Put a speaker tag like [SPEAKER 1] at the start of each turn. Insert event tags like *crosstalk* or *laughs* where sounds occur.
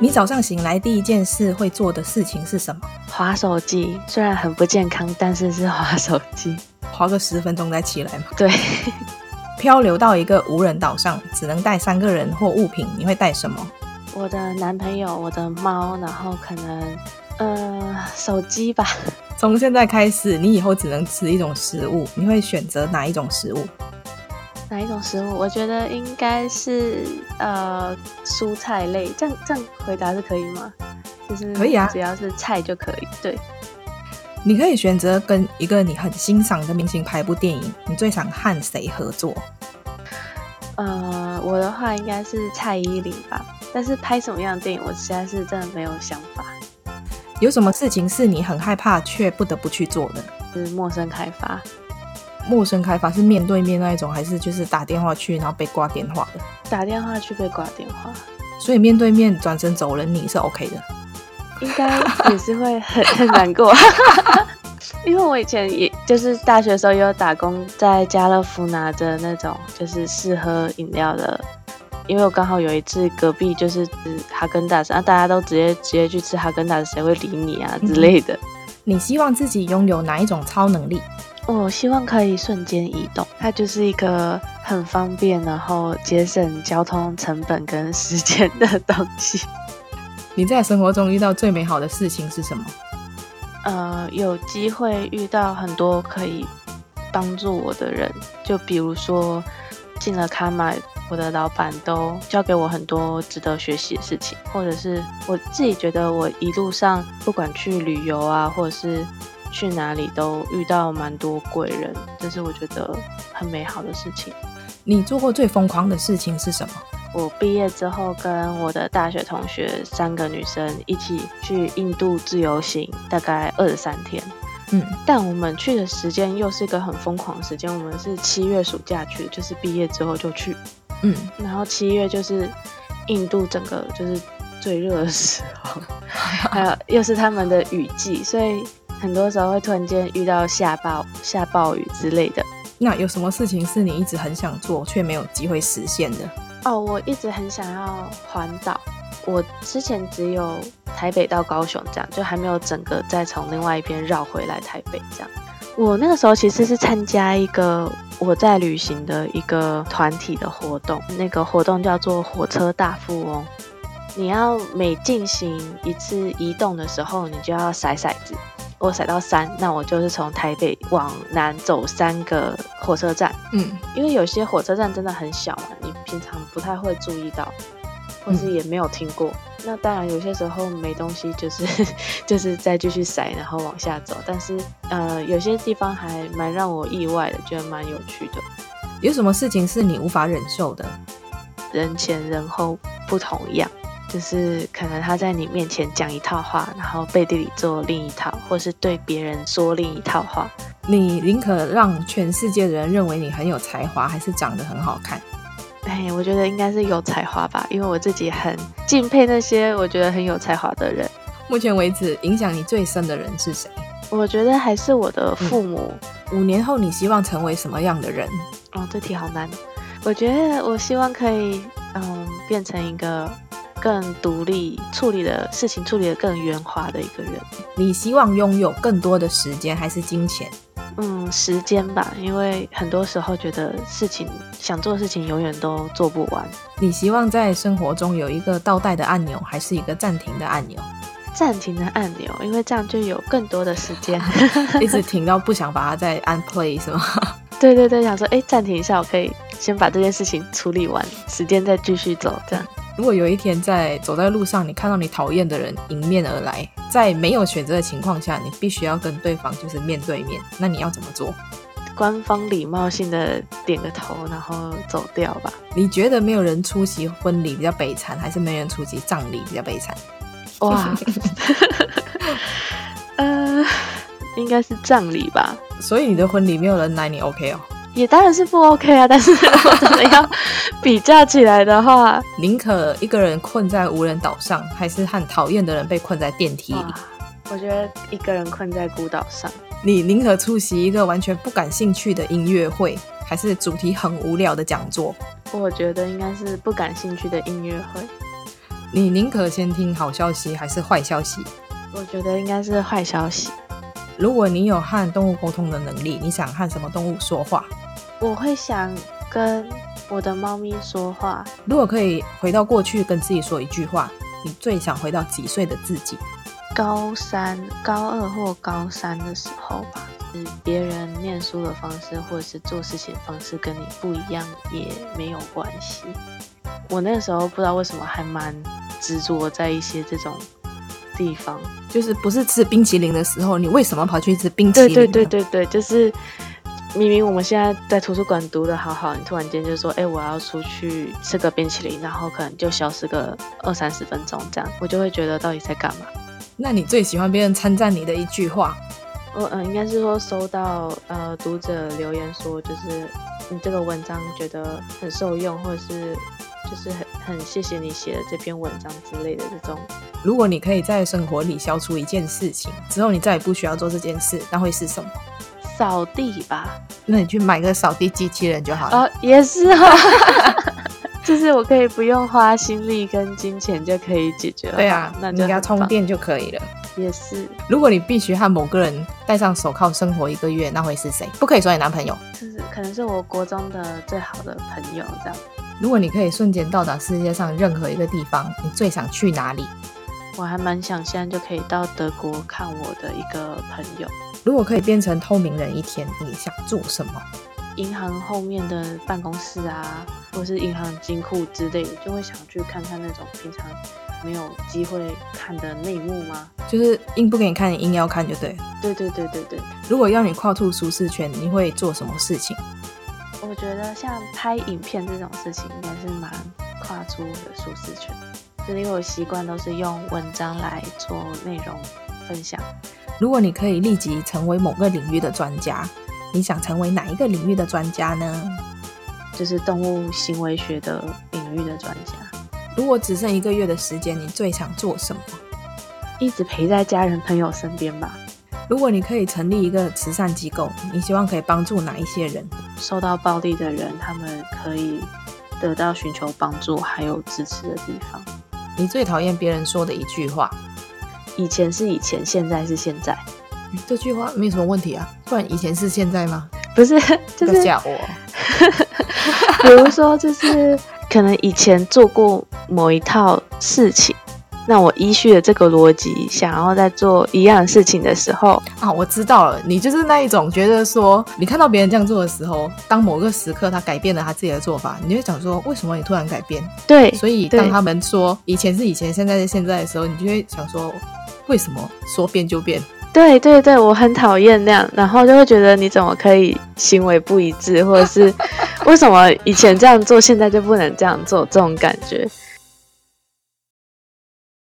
[SPEAKER 1] 你早上醒来第一件事会做的事情是什么？
[SPEAKER 2] 划手机虽然很不健康，但是是划手
[SPEAKER 1] *laughs*
[SPEAKER 2] 机。
[SPEAKER 1] 划个十分钟再起来吗？
[SPEAKER 2] 对，
[SPEAKER 1] 漂流到一个无人岛上，只能带三个人或物品，你会带什么？
[SPEAKER 2] 我的男朋友，我的猫，然后可能呃手机吧。
[SPEAKER 1] 从现在开始，你以后只能吃一种食物，你会选择哪一种食物？
[SPEAKER 2] 哪一种食物？我觉得应该是呃蔬菜类。这样这样回答是可以吗？就是
[SPEAKER 1] 可以啊
[SPEAKER 2] 只要是菜就可以。对，
[SPEAKER 1] 你可以选择跟一个你很欣赏的明星拍部电影，你最想和谁合作？
[SPEAKER 2] 呃，我的话应该是蔡依林吧，但是拍什么样的电影，我实在是真的没有想法。
[SPEAKER 1] 有什么事情是你很害怕却不得不去做的？
[SPEAKER 2] 就是陌生开发，
[SPEAKER 1] 陌生开发是面对面那一种，还是就是打电话去然后被挂电话的？
[SPEAKER 2] 打电话去被挂电话，
[SPEAKER 1] 所以面对面转身走人你是 OK 的。
[SPEAKER 2] 应该也是会很 *laughs* 很难过。因为我以前也就是大学的时候也有打工，在家乐福拿着那种就是试喝饮料的，因为我刚好有一次隔壁就是哈根达斯，啊大家都直接直接去吃哈根达斯，谁会理你啊之类的。
[SPEAKER 1] 你希望自己拥有哪一种超能力？
[SPEAKER 2] 我哦希望可以瞬间移动，它就是一个很方便，然后节省交通成本跟时间的东西。
[SPEAKER 1] 你在生活中遇到最美好的事情是什么？
[SPEAKER 2] 呃，有机会遇到很多可以帮助我的人，就比如说进了卡玛，我的老板都教给我很多值得学习的事情，或者是我自己觉得我一路上不管去旅游啊，或者是去哪里都遇到蛮多贵人，这是我觉得很美好的事情。
[SPEAKER 1] 你做过最疯狂的事情是什么？
[SPEAKER 2] 我毕业之后，跟我的大学同学三个女生一起去印度自由行，大概二十三天。
[SPEAKER 1] 嗯，
[SPEAKER 2] 但我们去的时间又是一个很疯狂的时间，我们是七月暑假去，就是毕业之后就去。
[SPEAKER 1] 嗯，
[SPEAKER 2] 然后七月就是印度整个就是最热的时候，还有又是他们的雨季，所以很多时候会突然间遇到下暴下暴雨之类的。
[SPEAKER 1] 那有什么事情是你一直很想做却没有机会实现的？
[SPEAKER 2] 哦，我一直很想要环岛。我之前只有台北到高雄这样，就还没有整个再从另外一边绕回来台北这样。我那个时候其实是参加一个我在旅行的一个团体的活动，那个活动叫做火车大富翁。你要每进行一次移动的时候，你就要甩骰子。我甩到三，那我就是从台北往南走三个火车站，
[SPEAKER 1] 嗯，
[SPEAKER 2] 因为有些火车站真的很小嘛，你平常不太会注意到，或是也没有听过。那当然，有些时候没东西，就是 *laughs* 就是再继续塞，然后往下走。但是呃，有些地方还蛮让我意外的，觉得蛮有趣的，
[SPEAKER 1] 有什么事情是你无法忍受的？
[SPEAKER 2] 人前人后不同样。就是可能他在你面前讲一套话，然后背地里做另一套，或是对别人说另一套话。
[SPEAKER 1] 你宁可让全世界的人认为你很有才华，还是长得很好看？
[SPEAKER 2] 哎，我觉得应该是有才华吧，因为我自己很敬佩那些我觉得很有才华的人。
[SPEAKER 1] 目前为止，影响你最深的人是谁？
[SPEAKER 2] 我觉得还是我的父母。
[SPEAKER 1] 五年后，你希望成为什么样的人？
[SPEAKER 2] 哦，这题好难哦。我觉得我希望可以，嗯，变成一个更独立、处理的事情处理的更圆滑的一个人。
[SPEAKER 1] 你希望拥有更多的时间还是金钱？
[SPEAKER 2] 嗯，时间吧，因为很多时候觉得事情想做的事情永远都做不完。
[SPEAKER 1] 你希望在生活中有一个倒带的按钮，还是一个暂停的按钮？ *laughs*
[SPEAKER 2] 暂停的按钮，因为这样就有更多的时间。
[SPEAKER 1] 一直停到不想把它再按 play 是吗？ *laughs*
[SPEAKER 2] 对对对，想说，哎，暂停一下，我可以先把这件事情处理完，时间再继续走，这样。
[SPEAKER 1] 如果有一天在走在路上，你看到你讨厌的人迎面而来，在没有选择的情况下，你必须要跟对方就是面对面，那你要怎么做？
[SPEAKER 2] 官方礼貌性的点个头，然后走掉吧。
[SPEAKER 1] 你觉得没有人出席婚礼比较悲惨，还是没人出席葬礼比较悲惨？
[SPEAKER 2] 哇， *laughs* 呃，应该是葬礼吧，
[SPEAKER 1] 所以你的婚礼没有人来，你 OK 哦？
[SPEAKER 2] 也当然是不 OK 啊。但 *laughs* 是我真的要比较起来的话，
[SPEAKER 1] 宁可一个人困在无人岛上，还是和讨厌的人被困在电梯里
[SPEAKER 2] 哇？我觉得一个人困在孤岛上，
[SPEAKER 1] 你宁可出席一个完全不感兴趣的音乐会，还是主题很无聊的讲座？
[SPEAKER 2] 我觉得应该是不感兴趣的音乐会。
[SPEAKER 1] 你宁可先听好消息还是坏消息？
[SPEAKER 2] 我觉得应该是坏消息。
[SPEAKER 1] 如果你有和动物沟通的能力，你想和什么动物说话？
[SPEAKER 2] 我会想跟我的猫咪说话，
[SPEAKER 1] 如果可以回到过去跟自己说一句话，你最想回到几岁的自己？
[SPEAKER 2] 高三、高二或高三的时候吧，嗯，别人念书的方式或者是做事情方式跟你不一样也没有关系。我那时候不知道为什么还蛮执着在一些这种地方。
[SPEAKER 1] 就是不是吃冰淇淋的时候，你为什么跑去吃冰淇
[SPEAKER 2] 对
[SPEAKER 1] 淋？
[SPEAKER 2] 对对，对对，就是明明我们现在在图书馆读的好好，你突然间就说，哎、我要出去吃个冰淇淋，然后可能就消失个二三十分钟这样，我就会觉得到底在干嘛？
[SPEAKER 1] 那你最喜欢别人称赞你的一句话？
[SPEAKER 2] 我嗯，应该是说收到呃读者留言说，就是你这个文章觉得很受用，或者是就是很很谢谢你写的这篇文章之类的这种。
[SPEAKER 1] 如果你可以在生活里消除一件事情之后，你再也不需要做这件事，那会是什么？
[SPEAKER 2] 扫地吧，
[SPEAKER 1] 那你去买个扫地机器人就好了。
[SPEAKER 2] 哦，也是啊、 *laughs* 就是我可以不用花心力跟金钱就可以解决了。
[SPEAKER 1] 对啊，
[SPEAKER 2] 那
[SPEAKER 1] 你
[SPEAKER 2] 就
[SPEAKER 1] 给它
[SPEAKER 2] 很
[SPEAKER 1] 充
[SPEAKER 2] 棒
[SPEAKER 1] 电就可以了。
[SPEAKER 2] 也是，
[SPEAKER 1] 如果你必须和某个人戴上手铐生活一个月，那会是谁？不可以说你男朋友。
[SPEAKER 2] 就是可能是我国中的最好的朋友这样。
[SPEAKER 1] 如果你可以瞬间到达世界上任何一个地方，你最想去哪里？
[SPEAKER 2] 我还蛮想现在就可以到德国看我的一个朋友。
[SPEAKER 1] 如果可以变成透明人一天，你想做什么？
[SPEAKER 2] 银行后面的办公室啊，或是银行金库之类的，就会想去看看那种平常没有机会看的内幕吗？
[SPEAKER 1] 就是硬不给你看，你硬要看就对了。
[SPEAKER 2] 对对对对对，
[SPEAKER 1] 如果要你跨出舒适圈，你会做什么事情？
[SPEAKER 2] 我觉得像拍影片这种事情，应该是蛮跨出我的舒适圈，就是因为我习惯都是用文章来做内容分享。
[SPEAKER 1] 如果你可以立即成为某个领域的专家，你想成为哪一个领域的专家呢？
[SPEAKER 2] 就是动物行为学的领域的专家，
[SPEAKER 1] 如果只剩一个月的时间，你最想做什么？
[SPEAKER 2] 一直陪在家人朋友身边吧。
[SPEAKER 1] 如果你可以成立一个慈善机构，你希望可以帮助哪一些人？
[SPEAKER 2] 受到暴力的人，他们可以得到寻求帮助还有支持的地方。
[SPEAKER 1] 你最讨厌别人说的一句话？
[SPEAKER 2] 以前是以前，现在是现在，
[SPEAKER 1] 嗯这句话没有什么问题啊，不然以前是现在吗？
[SPEAKER 2] 不 *laughs* 是就
[SPEAKER 1] 在
[SPEAKER 2] 是，
[SPEAKER 1] 吓我。
[SPEAKER 2] 比如说就是可能以前做过某一套事情，那我依序的这个逻辑，想要在做一样的事情的时候，
[SPEAKER 1] 啊，我知道了，你就是那一种觉得说，你看到别人这样做的时候，当某个时刻他改变了他自己的做法，你就会想说，为什么你突然改变？
[SPEAKER 2] 对
[SPEAKER 1] 所以
[SPEAKER 2] 对
[SPEAKER 1] 当他们说以前是以前，现在是现在的时候，你就会想说，为什么说变就变？
[SPEAKER 2] 对对对，我很讨厌那样，然后就会觉得你怎么可以行为 *laughs* 不一致，或者是为什么以前这样做，现在就不能这样做这种感觉。